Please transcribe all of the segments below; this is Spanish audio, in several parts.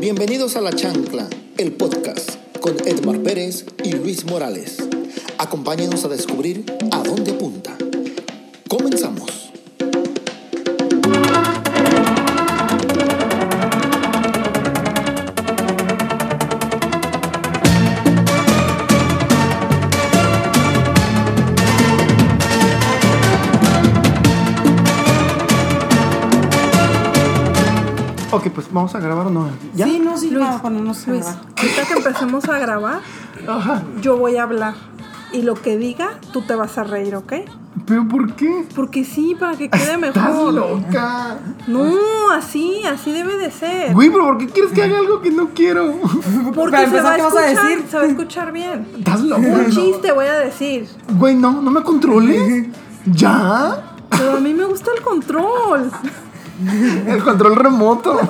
Bienvenidos a La Chancla, el podcast con Edmar Pérez y Luis Morales. Acompáñenos a descubrir a dónde apunta. Comenzamos. Ok, pues vamos a grabar o no. ¿Ya? Sí, no, sí, Luis, para ponernos a Luis, grabar. Pues, ahorita que empecemos a grabar, Ajá. yo voy a hablar. Y lo que diga, tú te vas a reír, ¿ok? ¿Pero por qué? Porque sí, para que quede ¡Estás mejor. loca! No, así, así debe de ser. Güey, pero ¿por qué quieres que haga algo que no quiero? Porque Para se va empezar, a ¿qué vas a escuchar, decir? se va a escuchar bien. ¿Estás loca? Un chiste voy a decir. Güey, no, no me controles. ¿Ya? Pero a mí me gusta el control. El control remoto.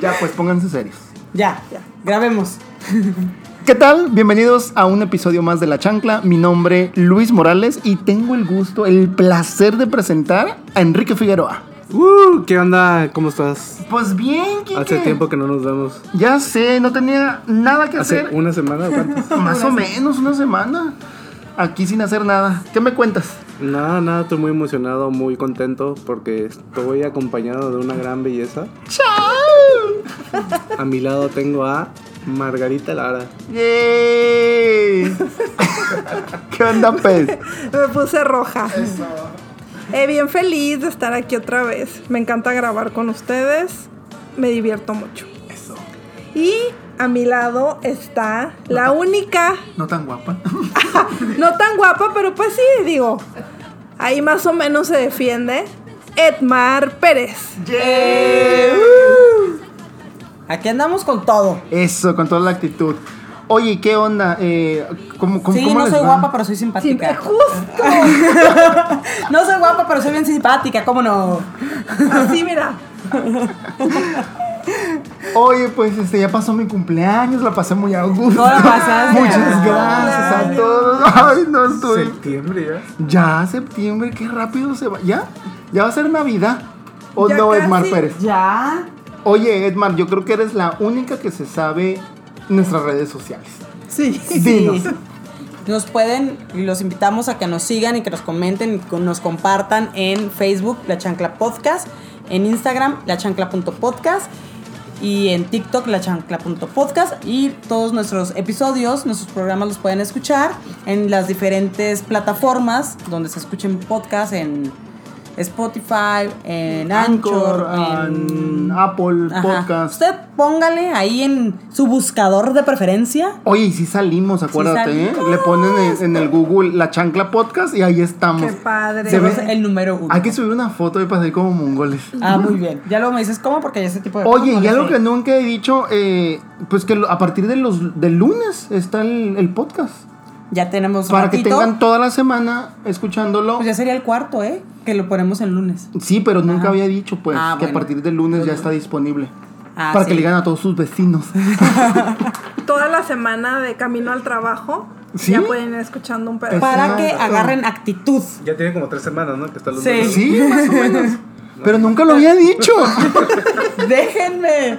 ya, pues pónganse serios. Ya, Ya. grabemos. ¿Qué tal? Bienvenidos a un episodio más de La Chancla. Mi nombre Luis Morales y tengo el gusto, el placer de presentar a Enrique Figueroa. Uh, ¿qué onda? ¿Cómo estás? Pues bien, Kike. Hace tiempo que no nos vemos. Ya sé, no tenía nada que Hace hacer. una semana, ¿cuántas? Más o menos una semana. Aquí sin hacer nada. ¿Qué me cuentas? Nada, nada, estoy muy emocionado, muy contento porque estoy acompañado de una gran belleza. ¡Chao! A mi lado tengo a Margarita Lara. ¡Yay! ¿Qué onda, pues? pez? Me puse roja. Eh, bien feliz de estar aquí otra vez. Me encanta grabar con ustedes. Me divierto mucho. Y a mi lado está la única, No tan guapa. no tan guapa, pero pues sí, digo. Ahí más o menos se defiende. Edmar Pérez. Aquí andamos con todo. Eso, con toda la actitud. Oye, ¿qué onda? Eh, ¿Cómo, cómo, sí, cómo no les soy va? guapa, pero soy Sí, simpática. justo. no soy guapa, pero soy bien simpática, ¿cómo no? Así, mira. Oye, pues este, ya pasó mi cumpleaños, la pasé muy a gusto. No la pasaste. Muchas gracias a todos. Ay, no estoy. Septiembre ya. Ya, septiembre, qué rápido se va. ¿Ya? ¿Ya va a ser Navidad? ¿O Ya no, Edmar casi. Pérez? Ya. Oye, Edmar, yo creo que eres la única que se sabe nuestras redes sociales. Sí. Dinos. Nos pueden, y los invitamos a que nos sigan y que nos comenten y con- nos compartan en Facebook, La Chancla Podcast, en Instagram, lachancla.podcast y en TikTok, lachancla.podcast. Y todos nuestros episodios, nuestros programas los pueden escuchar en las diferentes plataformas donde se escuchen podcasts, en Spotify, en Anchor, en en... Apple Ajá. Podcast. Usted póngale ahí en su buscador de preferencia. Oye, y sí salimos, acuérdate, ¿eh? salimos. Le ponen en, en el Google la chancla podcast y ahí estamos. Qué padre. Se ve- El número uno. Hay que subir una foto y pasar como mongoles. Ah, muy bien. Ya luego me dices cómo, porque ese tipo de Oye, cosas no y las algo sé. que nunca he dicho, eh, pues que lo- a partir de los del lunes está el, el podcast. Ya tenemos un Para que ratito. tengan toda la semana escuchándolo. Pues ya sería el cuarto, ¿eh? Que lo ponemos el lunes. Sí, pero nunca había dicho, pues, Ah, que a bueno. partir del lunes ya está disponible. Ah, para sí. que le digan a todos sus vecinos. Toda la semana de camino al trabajo. ¿Sí? Ya pueden ir escuchando un pedazo. Para que Exacto. agarren actitud. Ya tiene como tres semanas, ¿no? Que está los Sí. números. sí, más o menos. Pero nunca lo había dicho. Déjenme.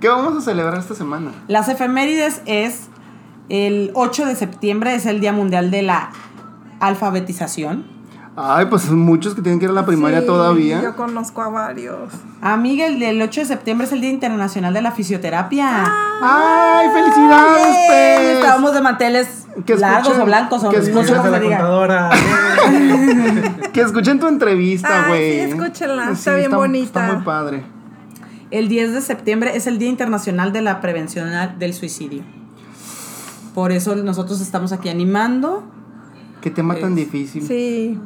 ¿Qué vamos a celebrar esta semana? Las efemérides es el 8 de septiembre, es el Día Mundial de la Alfabetización. Ay, pues son muchos que tienen que ir a la primaria Sí, todavía. Yo conozco a varios. Amiga, Ah, el del 8 de septiembre es el Día Internacional de la Fisioterapia. ¡Ay, felicidades! pues. Bien, Pez! Estábamos de manteles Que largos escuchen- o blancos o que no sé escuchen cómo Gracias se a la diga. contadora. Que escuchen tu entrevista, Ay, güey. sí, escúchenla, está bien bonita. Está muy padre. El 10 de septiembre es el Día Internacional de la Prevención al- del Suicidio. Por eso nosotros estamos aquí animando. Qué tema tan difícil. Sí.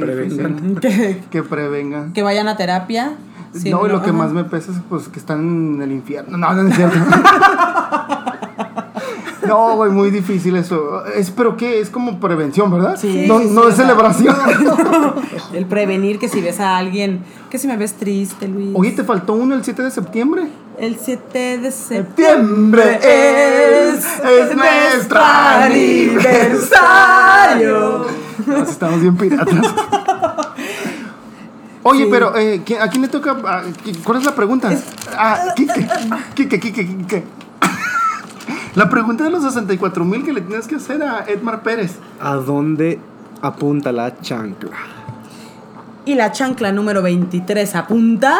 Que prevengan. difícil. Que, Que prevengan. que vayan a terapia. Si no, y lo que ajá. más me pesa es pues, que están en el infierno. No, no es cierto. No, güey, muy difícil eso. Es, pero qué, es como prevención, ¿verdad? Sí, No, sí, no sí, o es sea. celebración. El prevenir que si ves a alguien, que si me ves triste, Luis. Oye, te faltó uno el 7 de septiembre. El 7 de septiembre Septiembre Nos estamos bien piratas. Oye, Sí. pero eh, ¿qui- ¿a quién le toca? Ah, ¿qui- ¿Cuál es la pregunta? Ah, Kike. Kike, Kike, Kike. La pregunta de los 64 mil que le tienes que hacer a Edmar Pérez. ¿A dónde apunta la chancla? Y la chancla número 23 apunta,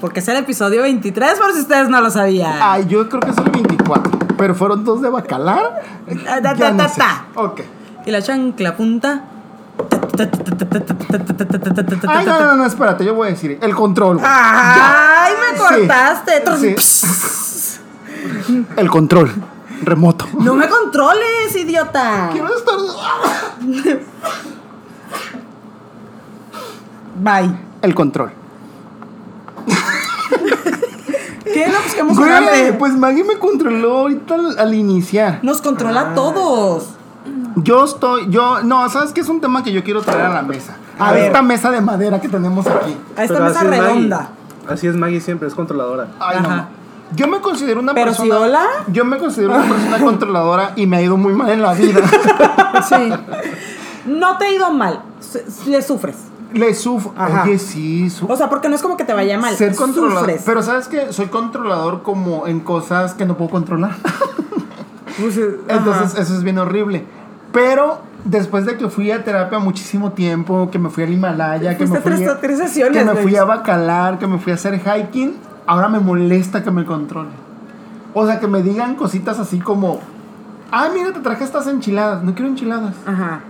porque es el episodio 23, por si ustedes no lo sabían. Ah, yo creo que es el 24. Pero fueron dos de bacalar. Ah, Ta, ta, Ya ta, no ta, sé. ta. Ok. Y la chancla apunta. Ay, no, no, no, espérate, yo voy a decir el control. Ah. güey. ¡Ay, me Sí. cortaste! Sí. El control remoto. ¡No me controles, idiota! Quiero estar. Bye. El control. ¿Qué? No, pues que hemos Güey, hablado. pues Maggie me controló ahorita al, al iniciar. Nos Ah. controla a todos. Yo estoy, yo, no, ¿sabes qué? Es un tema que yo quiero traer a la mesa. A, A ver. esta mesa de madera que tenemos aquí. A esta Pero mesa así es Maggie. redonda. Así es Maggie siempre, es controladora. Ay, no. Ajá. Yo me considero una Pero si persona. hola. Yo me considero una persona controladora y me ha ido muy mal en la vida. Sí. No te ha ido mal. s- s- Le sufres. Le sufro. Ajá. Oye, sí, su- O sea, porque no es como que te vaya mal. ser controlador. Sufres. Pero sabes que soy controlador como en cosas que no puedo controlar. pues, eh, Entonces, eso es bien horrible. Pero después de que fui a terapia muchísimo tiempo, que me fui al Himalaya, que me Fuiste fui, tres- a, tres sesiones, que me güey. fui a Bacalar, que me fui a hacer hiking, ahora me molesta que me controlen. O sea, que me digan cositas así como, ah, mira, te traje estas enchiladas, no quiero enchiladas. Ajá.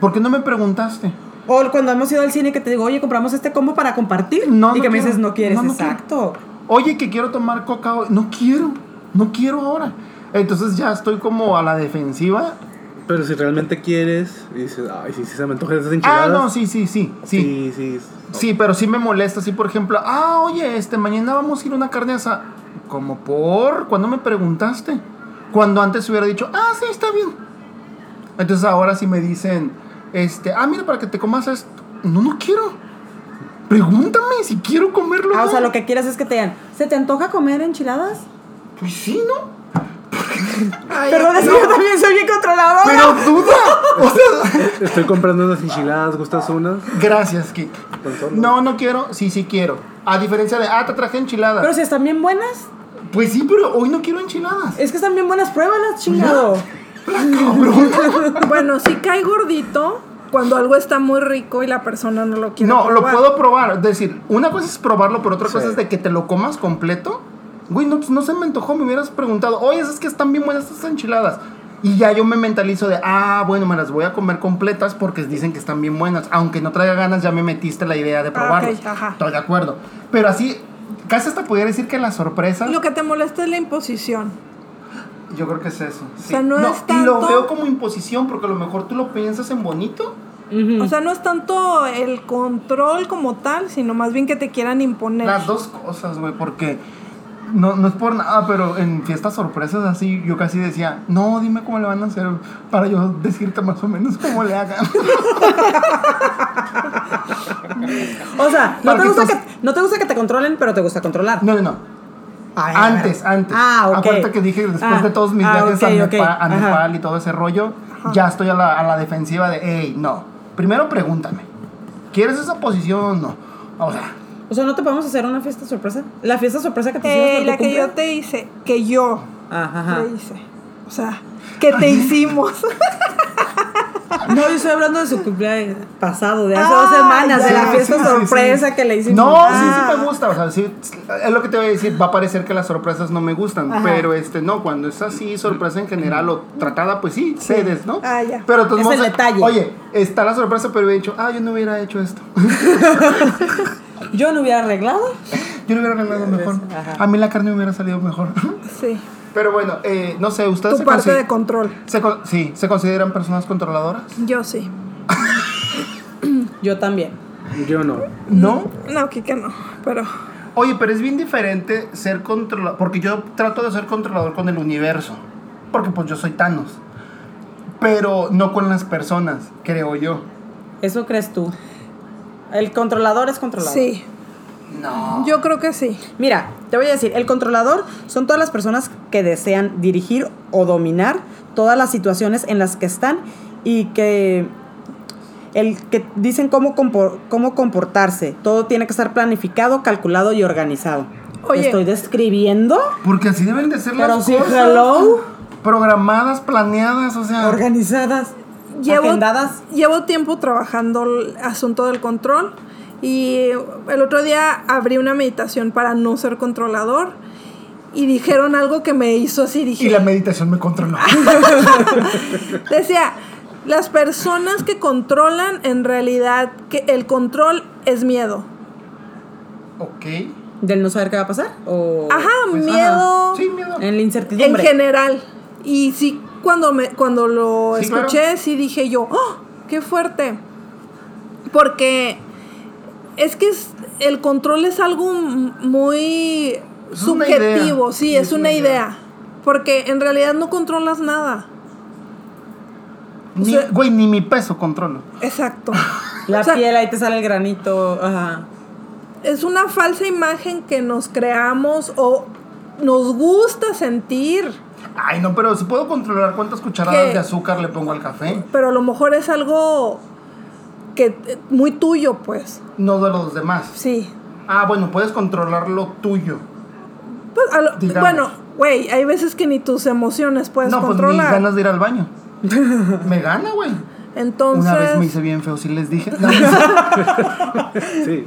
¿Por qué no me preguntaste? O cuando hemos ido al cine que te digo, oye, compramos este combo para compartir. No, y no que me quiero. dices, no quieres, No, no quiero. exacto. Oye, que quiero tomar coca hoy. No quiero, no quiero ahora. Entonces ya estoy como a la defensiva. Pero si realmente quieres, y dices, ay, sí, sí, se me antojan esas Ah, enchiladas. no, sí, sí, sí, sí. Sí, sí. Sí, pero sí me molesta, sí, por ejemplo, ah, oye, este, mañana vamos a ir a una carne asada. Como por, cuando me preguntaste? Cuando antes hubiera dicho, ah, sí, está bien. Entonces ahora sí me dicen, este, ah, mira, para que te comas esto. No, no quiero. Pregúntame si quiero comerlo. Ah, o no. sea, lo que quieres es que te digan, ¿se te antoja comer enchiladas? Pues sí, ¿no? Ay, Perdón, es que yo también soy bien controladora. Pero duda. O sea, Estoy comprando unas enchiladas, ¿gustas unas? gracias, Kik. No, no quiero. Sí, sí quiero. A diferencia de, ah, te traje enchiladas. Pero si están bien buenas, pues sí, pero hoy no quiero enchiladas. es que están bien buenas, pruébalas, chingado. Bueno, sí cae gordito cuando algo está muy rico y la persona no lo quiere. No, lo probar. puedo probar. Es decir, una cosa es probarlo, pero otra cosa Sí. es de que te lo comas completo. Güey, no, pues, no se me antojó, me hubieras preguntado, oye, es que están bien buenas estas enchiladas. Y ya yo me mentalizo de, ah, bueno, me las voy a comer completas porque dicen que están bien buenas. Aunque no traiga ganas, ya me metiste la idea de Ah, ok, probarlas. ajá. Estoy de acuerdo. Pero así, casi hasta pudiera decir que la sorpresa, Lo que te molesta es la imposición. yo creo que es eso. sí. sea, no es y lo tanto- veo como imposición porque a lo mejor tú lo piensas en bonito. Mm. O sea, no es tanto el control como tal, sino más bien que te quieran imponer. Las dos cosas, güey, porque no, no es por nada, pero en fiestas sorpresas así, yo casi decía, no, dime cómo le van a hacer para yo decirte más o menos cómo le hagan. O sea, no te, Para que gusta que, tos- no te gusta que te controlen, pero te gusta controlar. No, no, no. Ay, a ver. Antes, antes. Ah, ok. Acuérdate que dije después Ah, de todos mis ah, viajes ok, a, ok. Nepa- a Ajá. Nepal y todo ese rollo, ya estoy a la, a la defensiva de, hey, no. Primero pregúntame, ¿quieres esa posición o no? O sea, O sea, ¿no te podemos hacer una fiesta sorpresa? La fiesta sorpresa que te hicimos Eh, por la tu que yo cumple? te hice, que yo Ajá, ajá. te hice. O sea, que te hicimos. No, yo estoy hablando de su cumpleaños pasado, de hace Ah, dos semanas, de ya, la fiesta sí, sí, sorpresa sí. que le hicimos. No, Ah. sí, sí me gusta. O sea, sí, es lo que te voy a decir. Va a parecer que las sorpresas no me gustan. Pero este, no, cuando es así, sorpresa en general o tratada, pues sí, cedes, ¿no? Ah, ya. Pero de todos Es modos, el detalle. Oye, está la sorpresa, pero he dicho, ah, yo no hubiera hecho esto. Yo no hubiera arreglado. Yo lo hubiera arreglado mejor. A mí la carne me hubiera salido mejor. Sí, Pero bueno, eh, no sé, ¿ustedes tu se, parte consi- de control. se con- sí, ¿se consideran personas controladoras? Yo sí. Yo también. Yo no. No. No, Kike no, pero Oye, pero es bien diferente ser controlador. Porque yo trato de ser controlador con el universo. Porque pues yo soy Thanos. Pero no con las personas, creo yo. Eso crees tú. El controlador es controlador. sí. No. Yo creo que sí. Mira, te voy a decir, el controlador son todas las personas que desean dirigir o dominar todas las situaciones en las que están y que el que dicen cómo, compor- cómo comportarse. Todo tiene que estar planificado, calculado y organizado. Oye. ¿Te estoy describiendo? Porque así deben de ser Pero las sí, cosas. hello. Programadas, planeadas, o sea. Organizadas. Llevo, Agendadas. llevo tiempo trabajando el asunto del control y el otro día abrí una meditación para no ser controlador y dijeron algo que me hizo así. Dije, y la meditación me controló. Ah. Decía, las personas que controlan en realidad que el control es miedo. ok. ¿Del no saber qué va a pasar? ¿O Ajá, Pues, miedo ajá. Sí, miedo. en la en incertidumbre? general. Y sí, cuando me cuando lo Sí, claro. escuché, sí dije yo, ¡oh! ¡Qué fuerte! Porque es que es- el control es algo m- muy Es una subjetivo, idea. sí, es, una idea. Porque en realidad no controlas nada. Ni- O sea- güey, ni mi peso controlo. Exacto. La O sea, piel, ahí te sale el granito. Ajá. es una falsa imagen que nos creamos o nos gusta sentir, Ay, no, pero si puedo controlar cuántas cucharadas ¿Qué? de azúcar le pongo al café. pero a lo mejor es algo que eh, muy tuyo, pues. No de los demás. Sí. Ah, bueno, puedes controlar lo tuyo. Pues, a lo- Digamos. bueno, güey, hay veces que ni tus emociones puedes no, pues ni controlar. ganas de ir al baño. me gana, güey. entonces, Una vez me hice bien feo, sí les dije. No, me- Sí.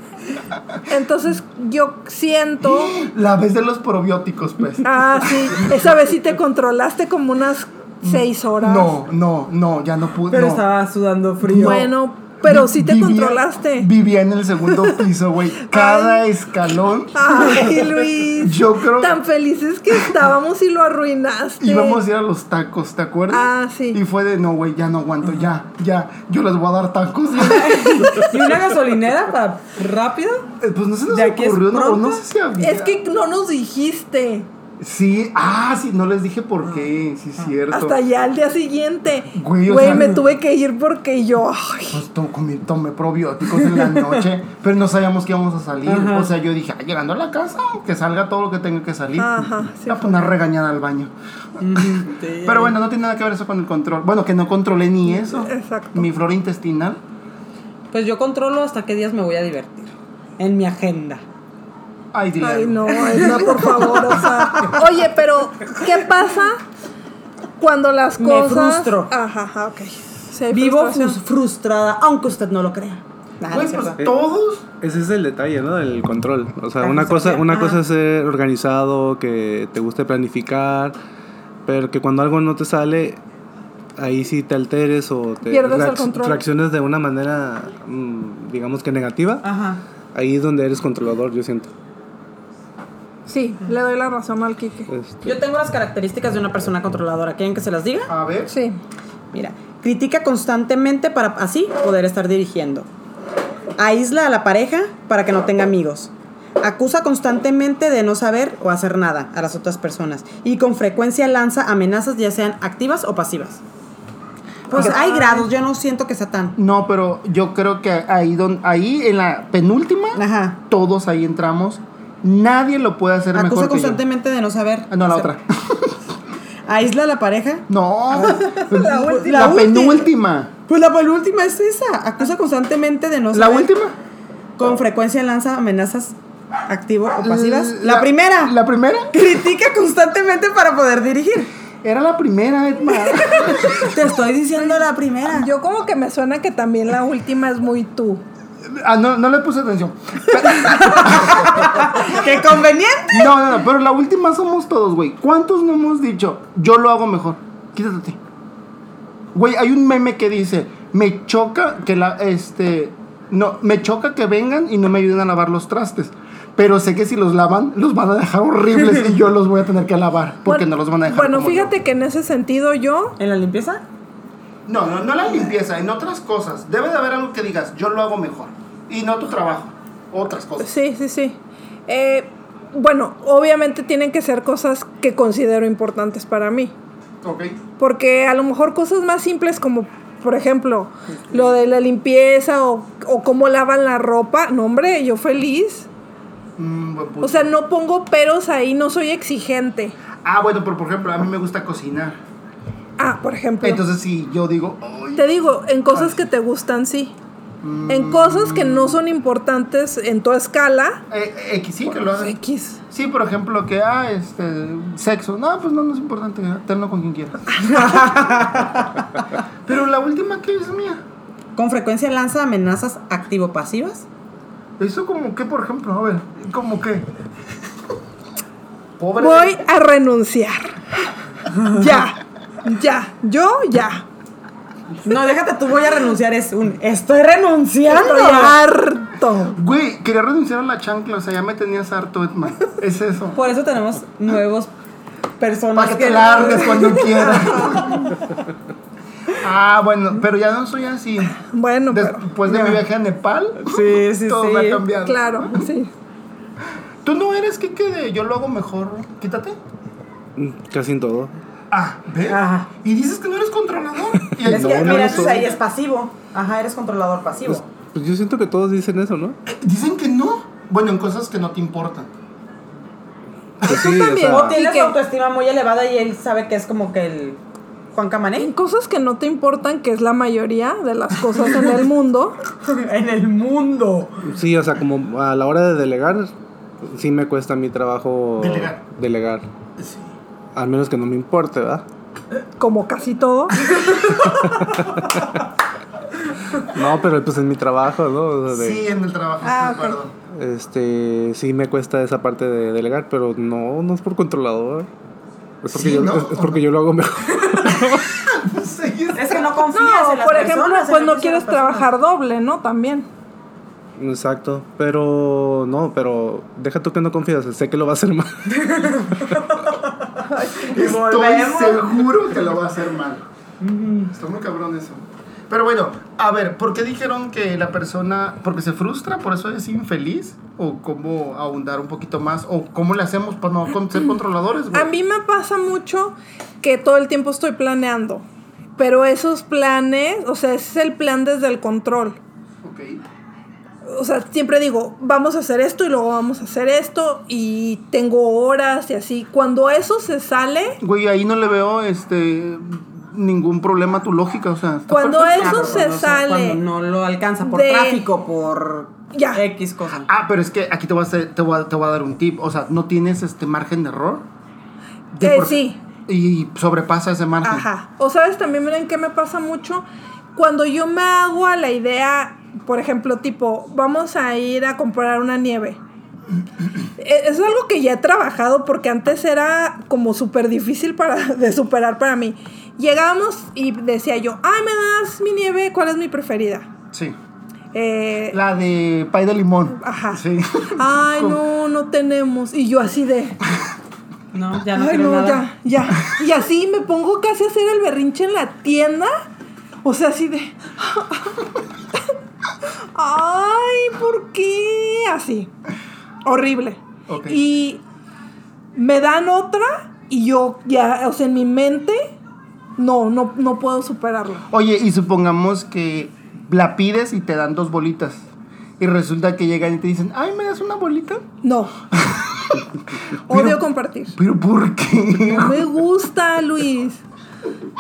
entonces yo siento la vez de los probióticos, pues. ah, sí, esa vez sí te controlaste como unas seis horas. No, no, no, ya no pude. Pero no. estaba sudando frío. Bueno, pero si sí te controlaste. Vivía en el segundo piso, güey. Cada escalón. Ay, Luis. Yo creo- Tan felices que estábamos y lo arruinaste. Íbamos a ir a los tacos, ¿te acuerdas? Ah, sí. Y fue de, no, güey, ya no aguanto, ya, ya, yo les voy a dar tacos. ¿Y una gasolinera para rápido? Eh, pues no se nos ¿De aquí es ocurrió, no, o no pronto? sé si había. Es que no nos dijiste. Sí, ah, sí, no les dije por qué, sí, es cierto. Ah, Hasta ya al día siguiente. Güey, Güey, o sea, me no- tuve que ir porque yo. ay, Pues to- comí- tomé probióticos en la noche, pero no sabíamos que íbamos a salir. Ajá. O sea, yo dije, "Ah, llegando a la casa, que salga todo lo que tenga que salir. Ajá, sí Ah, pues, una regañada al baño. Pero bueno, no tiene nada que ver eso con el control. Bueno, que no controlé ni eso. Exacto. Mi flora intestinal. Pues yo controlo hasta qué días me voy a divertir. En mi agenda. Ay, dile. Ay, algo. no, ay, no, por favor. o sea. Oye, pero, ¿qué pasa cuando las Me cosas. frustro. Ajá, ajá, ok. Sí, hay Vivo frustración. frus- frustrada, aunque usted no lo crea. Nada, Güey, no es pues, cierto. todos. Ese es el detalle, ¿no? Del control. O sea, una Planificación. cosa, una Ajá. cosa es ser organizado, que te guste planificar, pero que cuando algo no te sale, ahí sí te alteres o te Pierdes el reacc- control. reacciones de una manera, mm, digamos que negativa. Ajá. Ahí es donde eres controlador, yo siento. Sí, le doy la razón al Kike. Pues, Este, Yo tengo las características de una persona controladora. ¿Quieren que se las diga? A ver. Sí. Mira, critica constantemente para así poder estar dirigiendo. Aísla a la pareja para que no tenga amigos. Acusa constantemente de no saber o hacer nada a las otras personas. Y con frecuencia lanza amenazas, ya sean activas o pasivas. Pues hay grados, yo no siento que sea tan. No, pero yo creo que ahí, don, ahí en la penúltima, Ajá. todos ahí entramos. Nadie lo puede hacer Acusa mejor. que yo. constantemente de no saber. Ah, No, la hacer- otra. Aísla a la pareja. No, Ah, La la, última. La última. penúltima. Pues la penúltima es esa. Acusa constantemente de no La saber. última. Con frecuencia lanza amenazas activo o pasivas. La, La- primera. La primera. Critica constantemente para poder dirigir. Era la primera, Edma. Te estoy diciendo la primera. Yo, como que me suena que también la última es muy tú. Ah, no, no le puse atención. ¡Qué conveniente! No, no, no, pero la última somos todos, güey. ¿Cuántos no hemos dicho? Yo lo hago mejor. Quítate. Güey, hay un meme que dice, me choca que la, este, no, me choca que vengan y no me ayuden a lavar los trastes. Pero sé que si los lavan, los van a dejar horribles y yo los voy a tener que lavar porque Bueno, no los van a dejar. Bueno, como fíjate que en ese sentido yo. ¿En la limpieza? yo. No, no, no la limpieza, en otras cosas. Debe de haber algo que digas, yo lo hago mejor. Y no tu trabajo, otras cosas. Sí, sí, sí. Eh, bueno, obviamente tienen que ser cosas que considero importantes para mí. Pues Ok. Porque a lo mejor cosas más simples como, por ejemplo, lo de la limpieza o, o cómo lavan la ropa. No, hombre, yo feliz. Mm, buen punto. O sea, no pongo peros ahí, no soy exigente. ah, bueno, pero por ejemplo, a mí me gusta cocinar. Ah, por ejemplo. Entonces, si yo digo, ay, Te digo, en cosas que te gustan, sí. En cosas que no son importantes en tu escala, Eh, X, sí, que lo hagan. X. Sí, por ejemplo, que, ah, este, sexo. No, pues no, no es importante, tenlo con quien quieras. Pero la última que es mía. Con frecuencia lanza amenazas activo-pasivas. Eso como que, por ejemplo, a ver, como que... Pobre... Voy a renunciar. ya. Ya. Yo ya. No, déjate, tú voy a renunciar. Es un estoy renunciando. Estoy harto. Güey, quería renunciar a la chancla, o sea, ya me tenías harto, Edman. Es eso. Por eso tenemos nuevos personas Para que te largues cuando quieras. Ah, bueno, pero ya no soy así. Bueno, pero. Después de mi viaje a Nepal, Sí, sí, todo sí. me ha cambiado. Claro, sí. Tú no eres que quede, yo lo hago mejor. Quítate. mm, Casi en todo. Ah, ¿ves? Ajá. Y dices que no eres controlador. Y Es no, que, no mira, eres entonces tú. ahí es pasivo. Ajá, eres controlador pasivo. Pues, pues yo siento que todos dicen eso, ¿no? Dicen que no. Bueno, en cosas que no te importan. Pues Eso sí, o también. sea, Otra- Tienes ¿Y qué? autoestima muy elevada y él sabe que es como que el Juan En Camané cosas que no te importan, que es la mayoría de las cosas en el mundo, en el mundo. sí, o sea, como a la hora de delegar, sí me cuesta mi trabajo Delegar. delegar. Al menos que no me importe, ¿verdad? como casi todo, No, pero pues en mi trabajo, ¿no? O sea, de- Sí, en el trabajo. Ah, sí, ok. perdón. Este, sí me cuesta esa parte de delegar, pero no, no es por controlador. Es porque, Sí, yo, ¿no? es, es porque yo lo hago mejor. Sí, es- Es que no confías en No, las por ejemplo, personas, en pues lo no que quieres hacen las personas. trabajar doble, ¿no? También. Exacto, pero no, pero deja tú que no confías, sé que lo va a hacer mal. Estoy volvemos. seguro que lo va a hacer mal. Está muy cabrón eso. Pero bueno, a ver, ¿por qué dijeron que la persona, porque se frustra, por eso es infeliz? ¿O cómo ahondar un poquito más? ¿O cómo le hacemos para no con- ser controladores? güey? A mí me pasa mucho que todo el tiempo estoy planeando, pero esos planes, o sea, ese es el plan desde el control. Ok. O sea, siempre digo, vamos a hacer esto y luego vamos a hacer esto y tengo horas y así. Cuando eso se sale, Güey, ahí no le veo este ningún problema a tu lógica, o sea, está Cuando perfecto. eso Claro, se cuando no- sale Cuando no lo alcanza por de- tráfico, por Ya. X cosa. Ah, pero es que aquí te voy a, hacer- te voy a- te voy a dar un tip. O sea, no tienes este margen de error. De Eh, por- sí. Y sobrepasa ese margen. Ajá. O sabes, también miren qué me pasa mucho. Cuando yo me hago a la idea, por ejemplo, tipo, vamos a ir a comprar una nieve. E- Es algo que ya he trabajado porque antes era como súper difícil para, de superar para mí. Llegábamos y decía yo, ay, me das mi nieve, ¿cuál es mi preferida? Sí. Eh, La de pay de limón. Ajá. Sí. Ay, no, no tenemos. Y yo así de, No, ya no Ay, quiero no, nada. ya, ya. Y así me pongo casi a hacer el berrinche en la tienda. O sea, así de. Ay, ¿por qué? Así. Horrible. Ok. Y me dan otra y yo ya, o sea, en mi mente, no, no, no puedo superarlo. Oye, y supongamos que la pides y te dan dos bolitas. Y resulta que llegan y te dicen, ay, ¿me das una bolita? No. Odio compartir. ¿Pero por qué? No me gusta, Luis.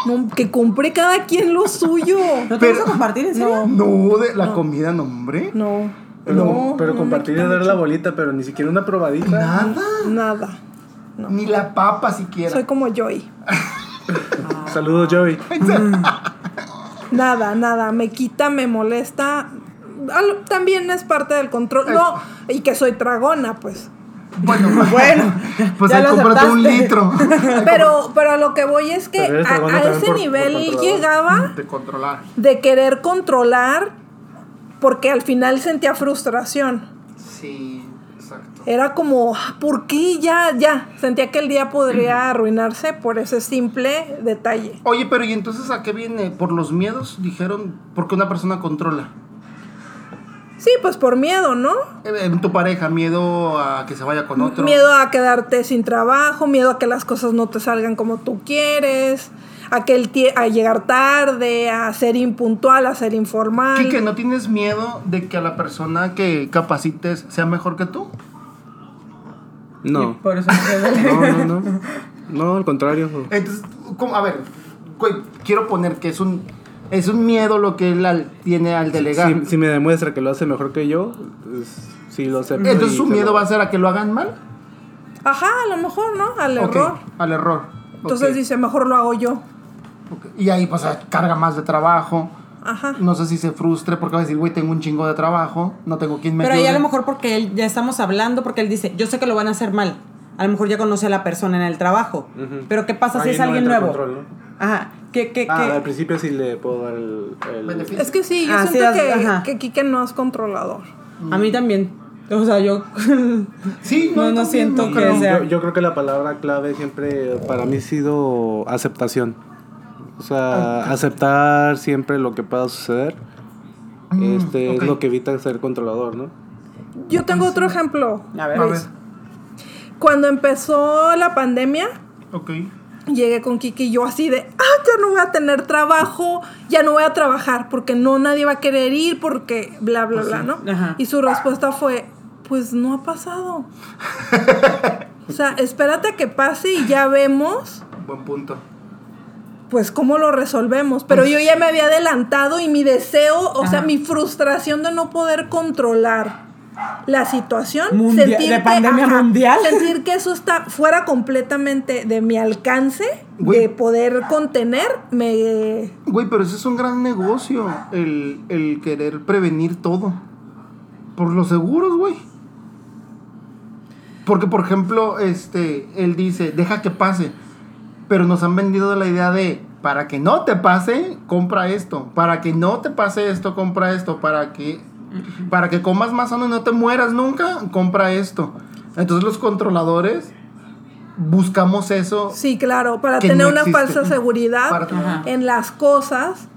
No, que compre cada quien lo suyo. ¿No te Pero- gusta compartir, en serio? No, de la comida, no, hombre. No. Pero, no, pero no me compartir quita es dar mucho. la bolita, pero ni siquiera una probadita. Nada. Nada. Ni la papa siquiera. Soy como Joy. Saludos, Joey. Nada, nada. Me quita, me molesta. Al- También es parte del control. No, y que soy tragona, pues. Bueno, Bueno, pues ya ahí lo cómprate un aceptaste. litro. Pero, pero a lo que voy es que Pero eres a, tragona a también ese por- por nivel controlador. llegaba De controlar. de querer controlar porque al final sentía frustración. Sí, exacto. Era como, "Ah, ¿por qué ya, ya? Sentía que el día podría arruinarse por ese simple detalle. Oye, pero ¿y entonces a qué viene? ¿Por los miedos? Dijeron, porque una persona controla. Sí, pues por miedo, ¿no? Eh, En tu pareja, miedo a que se vaya con otro. Miedo a quedarte sin trabajo, miedo a que las cosas no te salgan como tú quieres, a, que el tie- a llegar tarde, a ser impuntual, a ser informal. Quique, ¿no tienes miedo de que a la persona que capacites sea mejor que tú? No. Por eso se No, no, no. No, al contrario. Entonces, ¿cómo? a ver, güey, quiero poner que es un Es un miedo lo que él al- tiene al delegar. Si, si me demuestra que lo hace mejor que yo, es- sí lo acepto. Entonces y su se miedo lo- va a ser a que lo hagan mal. Ajá, a lo mejor, ¿no? Al Ok, error. Al error. Entonces Ok, dice, mejor lo hago yo. ok. Y ahí pues carga más de trabajo. Ajá. No sé si se frustre porque va a decir, güey, tengo un chingo de trabajo, no tengo quien me Pero ahí ayude. a lo mejor porque él, ya estamos hablando, porque él dice, yo sé que lo van a hacer mal. A lo mejor ya conoce a la persona en el trabajo. Pero ¿qué pasa si Ahí es no alguien entra nuevo? control, ¿no? Ajá. ¿Qué, qué, Ah, qué? al principio sí le puedo dar el... el- Beneficio. Es que sí, yo Ah, sí, siento las- ajá. que, que Kike no es controlador. A mí también. O sea, yo... Sí, no, No, no también, siento que creo. sea- yo, yo creo que la palabra clave siempre para mí ha sido aceptación. O Ah, sea, aceptar siempre lo que pueda suceder. este Mm, ok. es lo que evita ser controlador, ¿no? Yo tengo otro ejemplo. A ver. A ver, Pues, Cuando empezó la pandemia, ok. llegué con Kiki y yo así de, ah, ya no voy a tener trabajo, ya no voy a trabajar porque no nadie va a querer ir porque bla, bla, bla, ¿no? Ajá. Y su respuesta fue, pues no ha pasado. o sea, espérate a que pase y ya vemos. Buen punto. Pues cómo lo resolvemos, pero yo ya me había adelantado y mi deseo, o sea, Ajá. mi frustración de no poder controlar la situación, Mundial- de pandemia mundial. sentir que eso está fuera completamente de mi alcance, Güey. de poder contener, me Güey, pero ese es un gran negocio, el, el querer prevenir todo. Por los seguros, güey. Porque, por ejemplo, este, él dice, deja que pase. Pero nos han vendido la idea de, para que no te pase, compra esto. Para que no te pase esto, compra esto. Para que, para que comas más sano y no te mueras nunca, compra esto. Entonces los controladores buscamos eso. Sí, claro, para que tener no una existe. falsa seguridad Para tener- Ajá. en las cosas,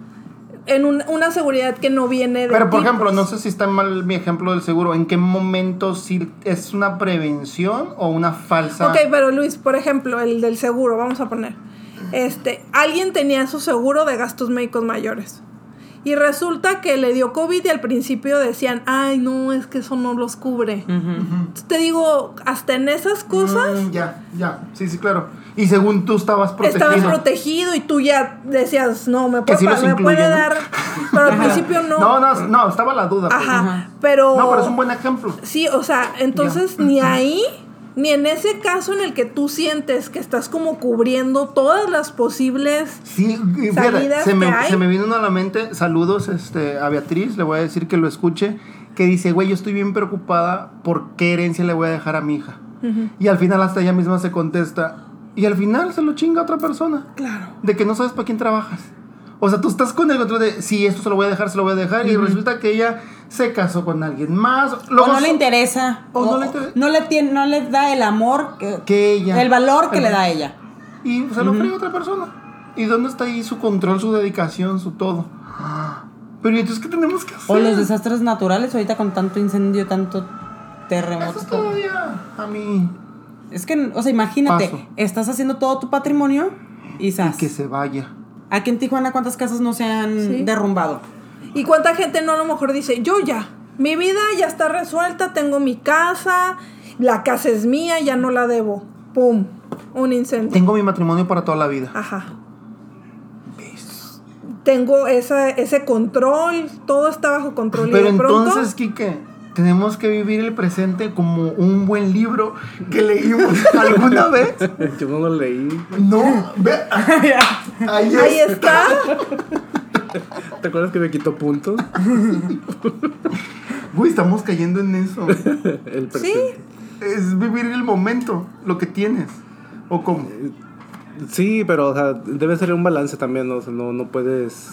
en un- una seguridad que no viene de Pero por ti, ejemplo, pues. no sé si está mal mi ejemplo del seguro. ¿En qué momento si es una prevención o una falsa? Ok, pero Luis, por ejemplo, el del seguro, vamos a poner. Este, alguien tenía su seguro de gastos médicos mayores. Y resulta que le dio COVID y al principio decían, ay, no, es que eso no los cubre. Entonces, Te digo, hasta en esas cosas Mm, ya, ya. Sí, sí, claro. Y según tú estabas protegido. estabas protegido y tú ya decías, no, me, Que puede sí pa- los me incluye, puede ¿no? dar. Pero al principio no. No, no, no, estaba la duda. pues. Ajá, Ajá. pero. No, pero es un buen ejemplo. Sí, o sea, entonces ni ahí, ni en ese caso en el que tú sientes que estás como cubriendo todas las posibles Sí, y Salidas fíjate, se, que me, hay. se me vino uno a la mente. Saludos este, a Beatriz, le voy a decir que lo escuche. Que dice, güey, yo estoy bien preocupada por qué herencia le voy a dejar a mi hija. Y al final, hasta ella misma se contesta. Y al final se lo chinga a otra persona. Claro. De que no sabes para quién trabajas. O sea, tú estás con el otro de, sí, esto se lo voy a dejar, se lo voy a dejar. Y resulta que ella se casó con alguien más. o Luego no le so- interesa. o O, no le interesa. no le tiene, no le da el amor que, Que ella. El valor que El- le da a ella. Y se lo frega a otra persona. ¿Y dónde está ahí su control, su dedicación, su todo? Pero ¿y entonces, ¿qué tenemos que hacer? Ah. O los desastres naturales ahorita con tanto incendio, tanto Eso terremoto. es todavía a mí. Es que, o sea, imagínate, Paso. estás haciendo todo tu patrimonio y zas. Que se vaya. Aquí en Tijuana, ¿cuántas casas no se han Sí. derrumbado? ¿Y cuánta gente no a lo mejor dice, yo ya, mi vida ya está resuelta, tengo mi casa, la casa es mía, ya no la debo? ¡Pum! Un incendio. Tengo mi matrimonio para toda la vida. Ajá. Tengo esa, ese control, todo está bajo control. Pero y de pronto, entonces, Quique, tenemos que vivir el presente como un buen libro que leímos alguna vez. Yo no lo leí. No, ve, ahí es. ahí está. ¿Te acuerdas que me quitó puntos? Güey, estamos cayendo en eso. El Sí, presente. Es vivir el momento, lo que tienes. ¿O cómo? Sí, pero o sea, debe ser un balance también, ¿no? O sea, no, no puedes...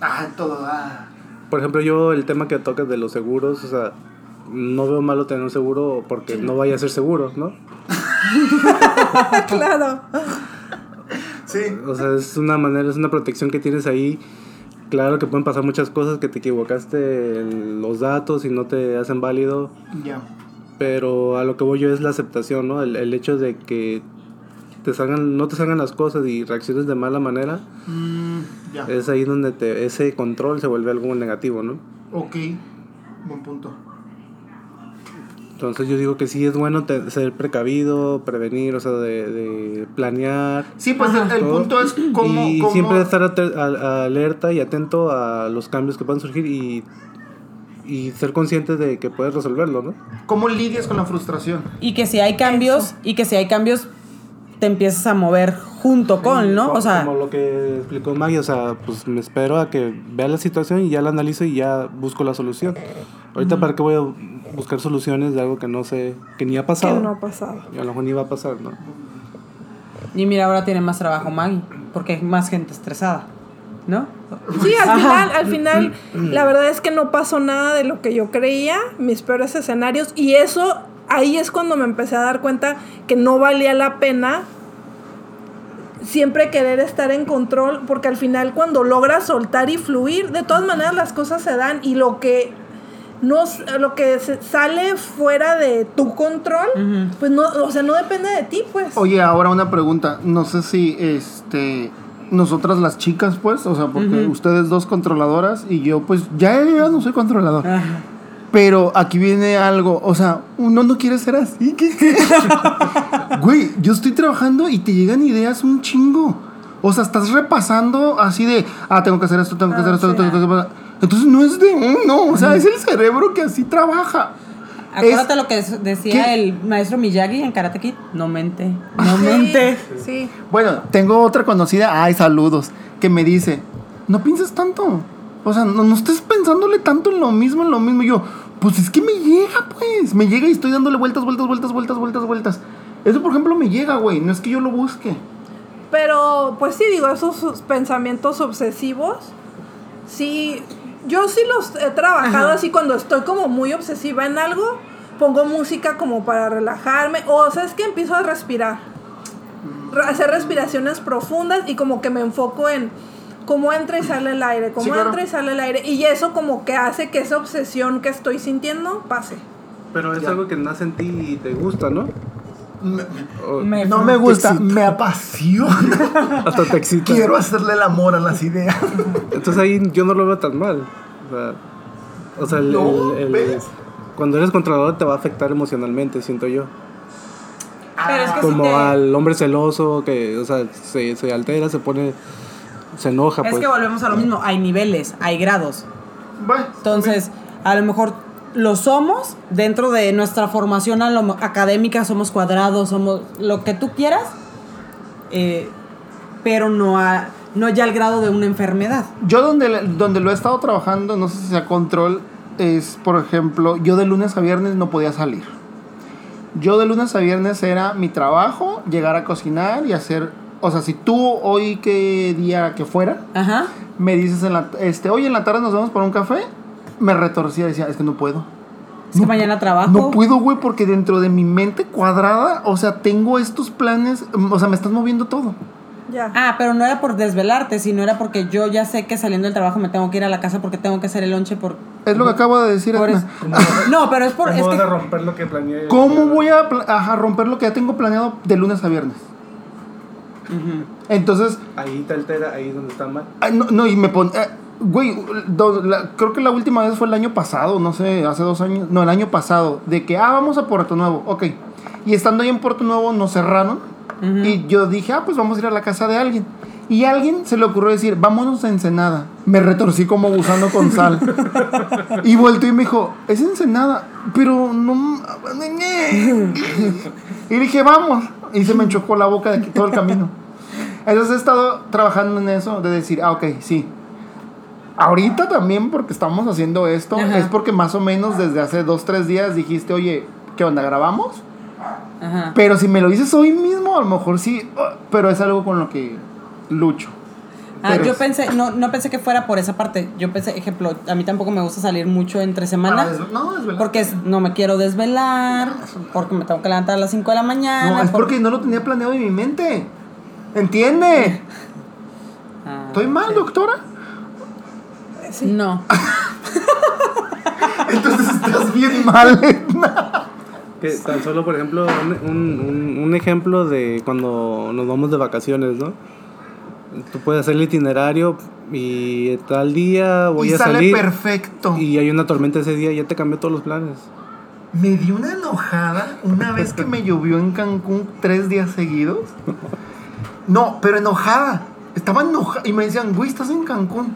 Ah, todo. Ah. Por ejemplo, yo el tema que tocas de los seguros, o sea, no veo malo tener un seguro porque no vaya a ser seguro, ¿no? claro. Sí. O sea, es una manera, es una protección que tienes ahí. Claro que pueden pasar muchas cosas, que te equivocaste en los datos y no te hacen válido, Ya. pero a lo que voy yo es la aceptación, ¿no? El, el hecho de que te salgan, no te salgan las cosas y reacciones de mala manera, Mm, ya. es ahí donde te, ese control se vuelve algo negativo, ¿no? Ok. Buen punto. Entonces yo digo que sí es bueno te- ser precavido, prevenir, o sea, de, de planear. Sí, pues el, el todo. punto es cómo... Y cómo- siempre estar ate- a- alerta y atento a los cambios que puedan surgir y, y ser consciente de que puedes resolverlo, ¿no? ¿Cómo lidias con la frustración? Y que si hay cambios, y que si hay cambios, te empiezas a mover junto con, ¿no? Como- O sea, Como lo que explicó Maggie, o sea, pues me espero a que vea la situación y ya la analizo y ya busco la solución. Ahorita, ¿para qué voy a buscar soluciones de algo que no sé, que ni ha Que pasado? no ha pasado. Y a lo mejor ni va a pasar, ¿no? y mira, ahora tiene más trabajo Maggie, porque hay más gente estresada, ¿no? Sí, al Ajá. final, al final, la verdad es que no pasó nada de lo que yo creía, mis peores escenarios, y eso, ahí es cuando me empecé a dar cuenta que no valía la pena siempre querer estar en control, porque al final cuando logras soltar y fluir, de todas maneras las cosas se dan y lo que no s- lo que se- sale fuera de tu control, pues no, o sea, no depende de ti, pues. Oye, ahora una pregunta. No sé si, este... Nosotras las chicas, pues, o sea, porque ustedes dos controladoras y yo, pues, ya, ya no soy controlador. Ajá. Pero aquí viene algo, o sea, uno no quiere ser así. ¿qué? Güey, yo estoy trabajando y te llegan ideas un chingo. O sea, estás repasando así de, ah, tengo que hacer esto, tengo que hacer esto, tengo que hacer esto. Entonces no es de uno, o sea, es el cerebro que así trabaja. Acuérdate Es- lo que des- decía ¿Qué? el maestro Miyagi en Karate Kid, no mente, no Sí, mente. sí. Bueno, tengo otra conocida, ay, saludos, que me dice, no pienses tanto. O sea, no, no estés pensándole tanto en lo mismo, en lo mismo. Y yo, pues es que me llega, pues. Me llega y estoy dándole vueltas, vueltas, vueltas, vueltas, vueltas, vueltas. Eso, por ejemplo, me llega, güey. No es que yo lo busque. Pero, pues sí, digo, esos sus- pensamientos obsesivos, sí, yo sí los he trabajado así cuando estoy como muy obsesiva en algo, pongo música como para relajarme, o sea, es que empiezo a respirar, Mm. re- hacer respiraciones profundas y como que me enfoco en cómo entra y sale el aire, cómo Sí, claro. entra y sale el aire, y eso como que hace que esa obsesión que estoy sintiendo pase. Pero es algo que nace en ti y te gusta, ¿no? Me- No me gusta, excita. me apasiona. Hasta te excita. Quiero hacerle el amor a las ideas. Entonces ahí yo no lo veo tan mal. O sea, o sea, el- No, el- el- ¿ves? cuando eres controlador te va a afectar emocionalmente, siento yo. Pero es que Como si te- al hombre celoso que, o sea, se, se altera, se pone, se enoja. Es pues. que volvemos a lo mismo, hay niveles, hay grados. Bueno, Entonces, a lo mejor lo somos dentro de nuestra formación a lo mo- académica, somos cuadrados, somos lo que tú quieras, eh, pero no, a- no ya al grado de una enfermedad. Yo donde, donde lo he estado trabajando, no sé si sea control, es, por ejemplo, yo de lunes a viernes no podía salir. Yo de lunes a viernes era mi trabajo, llegar a cocinar y hacer... O sea, si tú hoy qué día que fuera, Ajá. me dices, en la, este, hoy en la tarde nos vamos por un café, me retorcía y decía, es que no puedo. Es que mañana trabajo. No puedo, güey, porque dentro de mi mente cuadrada, o sea, tengo estos planes, mm, o sea, me estás moviendo todo. Ya. Ah, pero no era por desvelarte, sino era porque yo ya sé que saliendo del trabajo me tengo que ir a la casa porque tengo que hacer el lonche por... Es lo que acabo de decir. por Edna. es- No, pero es por... es que- romper lo que planeé? ¿Cómo voy a, pla- ajá, romper lo que ya tengo planeado de lunes a viernes? Entonces, Ahí te altera, ahí es donde está mal. ay, no, no, y me pon... eh, Güey, do- la- creo que la última vez fue el año pasado, no sé, hace dos años, no, el año pasado, de que, ah, vamos a Puerto Nuevo, ok. Y estando ahí en Puerto Nuevo nos cerraron y yo dije, ah, pues vamos a ir a la casa de alguien. Y a alguien se le ocurrió decir, vámonos a Ensenada. Me retorcí como gusano con sal. y volteó y me dijo, es Ensenada, pero no... Y le dije, vamos. Y se me enchocó la boca de aquí todo el camino. Entonces he estado trabajando en eso, de decir, ah, ok, sí. Ahorita también, porque estamos haciendo esto, Ajá. es porque más o menos desde hace dos, tres días dijiste, oye, ¿qué onda? ¿Grabamos? Ajá. Pero si me lo dices hoy mismo, a lo mejor sí, ah, pero es algo con lo que lucho. Ah, Pero- yo pensé, no, no pensé que fuera por esa parte. Yo pensé, ejemplo, a mí tampoco me gusta salir mucho entre semana. Para des- No, es verdad. Porque es- no me quiero desvelar, porque me tengo que levantar a las 5 de la mañana. No, es por- porque no lo tenía planeado en mi mente. ¿Entiende? Ah, ¿Estoy mal, doctora? No. Ah, Entonces estás bien mal. ¿eh? Que tan solo, por ejemplo, un, un- un- un ejemplo de cuando nos vamos de vacaciones, ¿no? Tú puedes hacer el itinerario y tal día voy y a sale salir perfecto. y hay una tormenta ese día, ya te cambió todos los planes. Me dio una enojada una vez que me llovió en Cancún tres días seguidos. No, pero enojada. Estaba enojada. Y me decían, güey, estás en Cancún.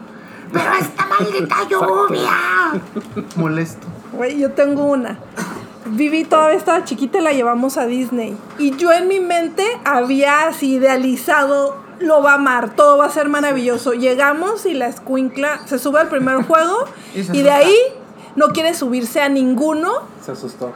Pero esta maldita lluvia. Molesto. Güey, yo tengo una. Vivi todavía estaba chiquita y la llevamos a Disney. Y yo en mi mente había así idealizado, lo va a amar, todo va a ser maravilloso. Llegamos y la escuincla se sube al primer juego Y se y de asusta. ahí no quiere subirse a ninguno. Se asustó.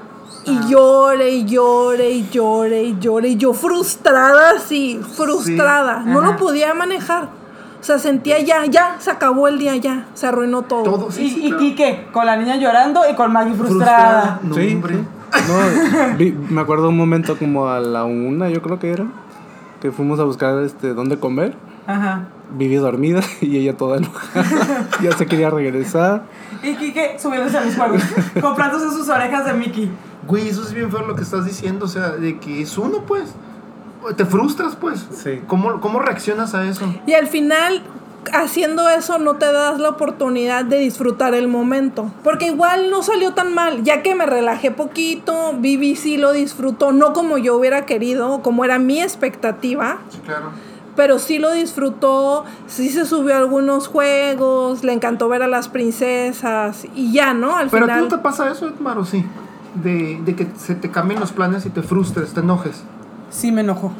Y llore y llore y llore y llore. Y yo frustrada, sí, frustrada. Sí, No ajá. lo podía manejar. O sea, sentía ya, ya, se acabó el día, ya, se arruinó todo. Todo. Y, pues Sí, sí, y claro. Quique, con la niña llorando y con Maggie frustrada. Frustrada. No, Sí, hombre. No, vi- me acuerdo un momento como a la una, yo creo que era, que fuimos a buscar este dónde comer. Ajá. Viví dormida y ella toda enojada. ya se quería regresar. Y Quique subiéndose a los juegos, comprándose sus orejas de Mickey. Güey, eso es bien feo lo que estás diciendo. O sea, de que es uno, pues. Te frustras, pues. Sí. ¿Cómo, cómo reaccionas a eso? Y al final, haciendo eso, no te das la oportunidad de disfrutar el momento. Porque igual no salió tan mal, ya que me relajé poquito, Vivi sí lo disfrutó, no como yo hubiera querido, o como era mi expectativa. Sí, claro. pero sí lo disfrutó, sí se subió a algunos juegos, le encantó ver a las princesas y ya, ¿no? Al Pero a ti no final. te pasa eso, Edmar, o sí. De, de que se te cambien los planes y te frustres, te enojes. Sí, me enojó.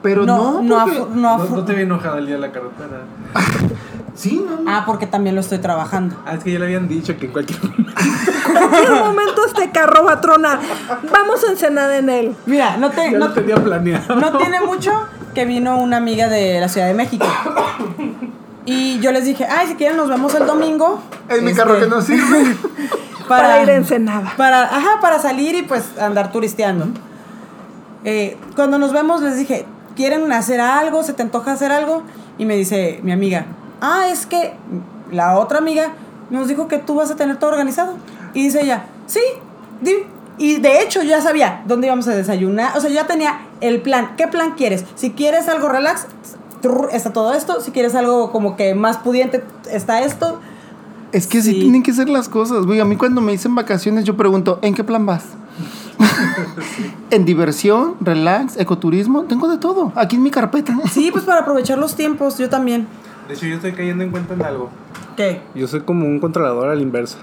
Pero no, no, porque- afro- no afro- vi enojada el día de la carretera. Sí, no, no. Ah, porque también lo estoy trabajando. Ah, es que ya le habían dicho que en cualquier momento. En cualquier momento este carro va a tronar. Vamos a cenar en él. Mira, no te, Ya no lo tenía planeado. No tiene mucho que vino una amiga de la Ciudad de México. Y yo les dije, ay, si quieren nos vemos el domingo. En mi Este, carro que no sirve. Para ir a Ensenada. Para, ajá, para salir y pues andar turisteando. Eh, cuando nos vemos les dije, ¿quieren hacer algo? ¿Se te antoja hacer algo? Y me dice mi amiga, ah, es que la otra amiga nos dijo que tú vas a tener todo organizado. Y dice ella, sí, di- Y de hecho yo ya sabía dónde íbamos a desayunar. O sea, yo ya tenía el plan. ¿Qué plan quieres? Si quieres algo relax, trrr, está todo esto. Si quieres algo como que más pudiente, está esto. es que así Sí. tienen que ser las cosas, güey. A mí cuando me dicen vacaciones, yo pregunto, ¿en qué plan vas? en diversión, relax, ecoturismo, tengo de todo. Aquí en mi carpeta. Sí, pues para aprovechar los tiempos, yo también. De hecho, yo estoy cayendo en cuenta en algo. ¿Qué? Yo soy como un controlador a la inversa.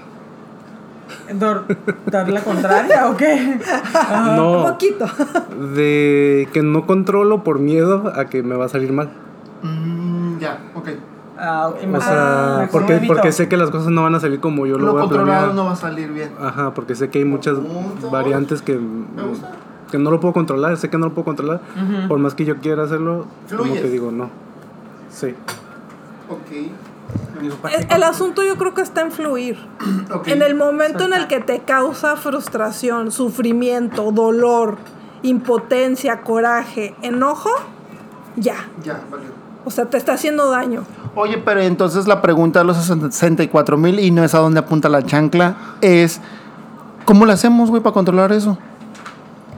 Dor- ¿Dar la contraria o qué? Ah, Un No, poquito. de que no controlo por miedo a que me va a salir mal. Mm, ya, ok. Ah, O ah, sea, mejor porque, evito. porque sé que las cosas no van a salir como yo lo, Lo voy a controlado planear. no va a salir bien. Ajá, porque sé que hay muchas Punto. variantes que, gusta. que no lo puedo controlar, sé que no lo puedo controlar. Por más que yo quiera hacerlo, como Fluyes. que digo, no. Sí. Ok. E, El, el asunto yo creo que está en fluir. Ok. En el momento en el que te causa frustración, sufrimiento, dolor, impotencia, coraje, enojo, ya. Ya, valió. O sea, te está haciendo daño. Oye, pero entonces la pregunta de los 64 mil y no es a dónde apunta la chancla, es ¿cómo lo hacemos, güey, para controlar eso?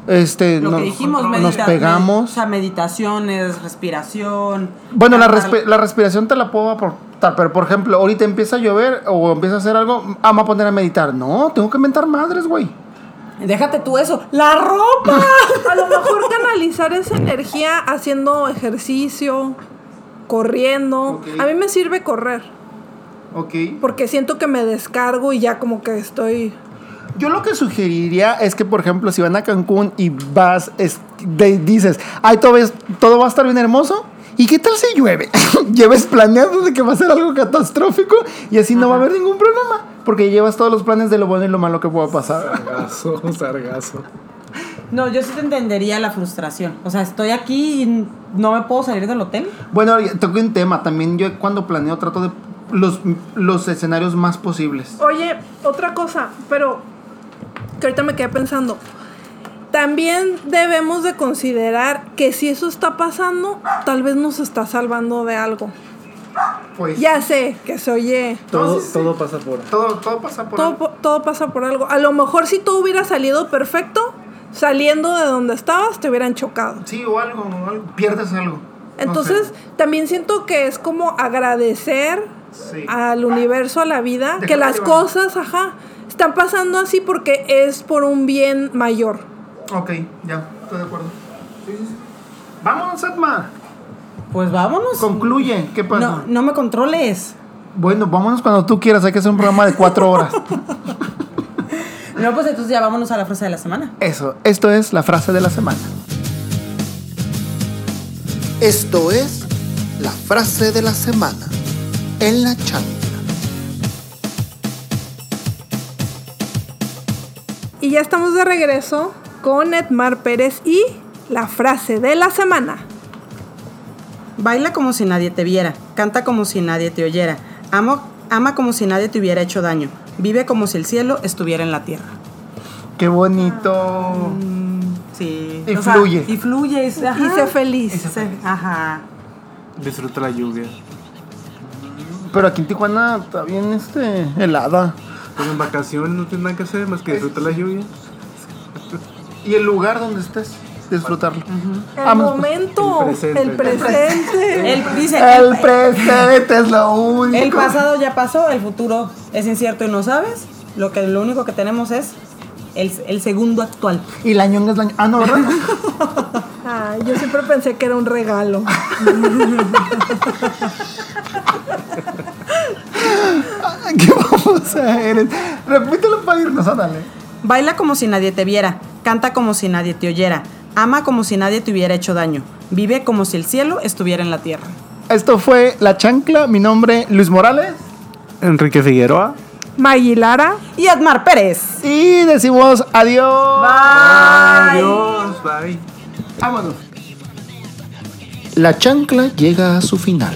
Este, Lo nos, que dijimos, nos medita- pegamos. O sea, meditaciones, respiración. bueno, la, Andar- respi- la respiración te la puedo aportar, pero por ejemplo, ahorita empieza a llover o empieza a hacer algo, ah, me voy a poner a meditar. No, tengo que inventar madres, güey. Déjate tú eso. ¡La ropa! A lo mejor canalizar esa energía haciendo ejercicio, corriendo. Ok. A mí me sirve correr, Ok. porque siento que me descargo y ya como que estoy... Yo lo que sugeriría es que, por ejemplo, si van a Cancún y vas, es- de- dices, ay, todo, es- todo va a estar bien hermoso. ¿Y qué tal si llueve? lleves planeando de que va a ser algo catastrófico y así no va a haber ningún problema. Porque llevas todos los planes de lo bueno y lo malo que pueda pasar. Sargazo, sargazo. No, yo sí te entendería la frustración. O sea, estoy aquí y no me puedo salir del hotel. Bueno, toqué un tema. También yo cuando planeo trato de los, los escenarios más posibles. Oye, otra cosa, pero que ahorita me quedé pensando. También debemos de considerar que si eso está pasando, tal vez nos está salvando de algo. Pues Ya sé que se oye Todo, Entonces, sí. todo pasa por. todo, todo pasa por... Todo, po- todo pasa por algo. A lo mejor si todo hubiera salido perfecto, saliendo de donde estabas, te hubieran chocado. Sí, o algo, o algo. Pierdes algo. Entonces, también siento que es como agradecer Sí. al universo, a la vida, Déjate que las llevar. cosas, ajá, Están pasando así porque es por un bien mayor. Ok, ya, estoy de acuerdo. Vámonos, Atma. Pues vámonos. Concluye. ¿Qué pasa? No, no me controles. Bueno, vámonos cuando tú quieras. Hay que hacer un programa de cuatro horas. No, pues entonces ya vámonos a la frase de la semana. Eso, esto es la frase de la semana. Esto es la frase de la semana en la chancla. Y ya estamos de regreso con Edmar Pérez y la frase de la semana. Baila como si nadie te viera, canta como si nadie te oyera, amo- ama como si nadie te hubiera hecho daño, vive como si el cielo estuviera en la tierra. Qué bonito. Ah. Sí. Y fluye. Y fluye. Y, se Y sé feliz. Ajá. Disfruta la lluvia. Pero aquí en Tijuana está bien este, helada. Pues en vacaciones no tienes nada que hacer más que disfrutar la lluvia. Y el lugar donde estés, disfrutarlo. El Vámonos, pues. momento, El presente. el presente. Él dice, El el, presente es lo único. el pasado ya pasó, el futuro es incierto y no sabes. Lo, que, lo único que tenemos es el, el segundo actual. Y la ñonga es la ñonga. Ah, no, ¿verdad? Ay, Ah, yo siempre pensé que era un regalo. ¿Qué vamos a hacer? Repítelo para irnos, ah, ándale. Baila como si nadie te viera, canta como si nadie te oyera, ama como si nadie te hubiera hecho daño, vive como si el cielo estuviera en la tierra. Esto fue La Chancla. Mi nombre, Luis Morales. Enrique Figueroa. Maguilara. Y Edmar Pérez. Y decimos adiós. Adiós, bye. Vámonos. La chancla llega a su final.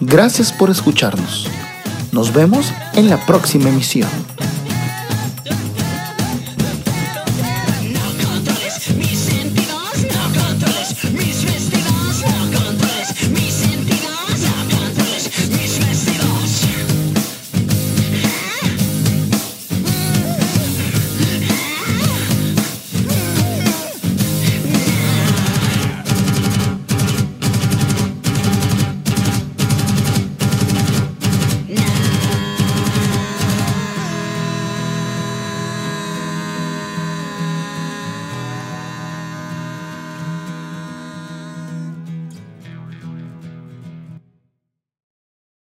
Gracias por escucharnos. Nos vemos en la próxima emisión.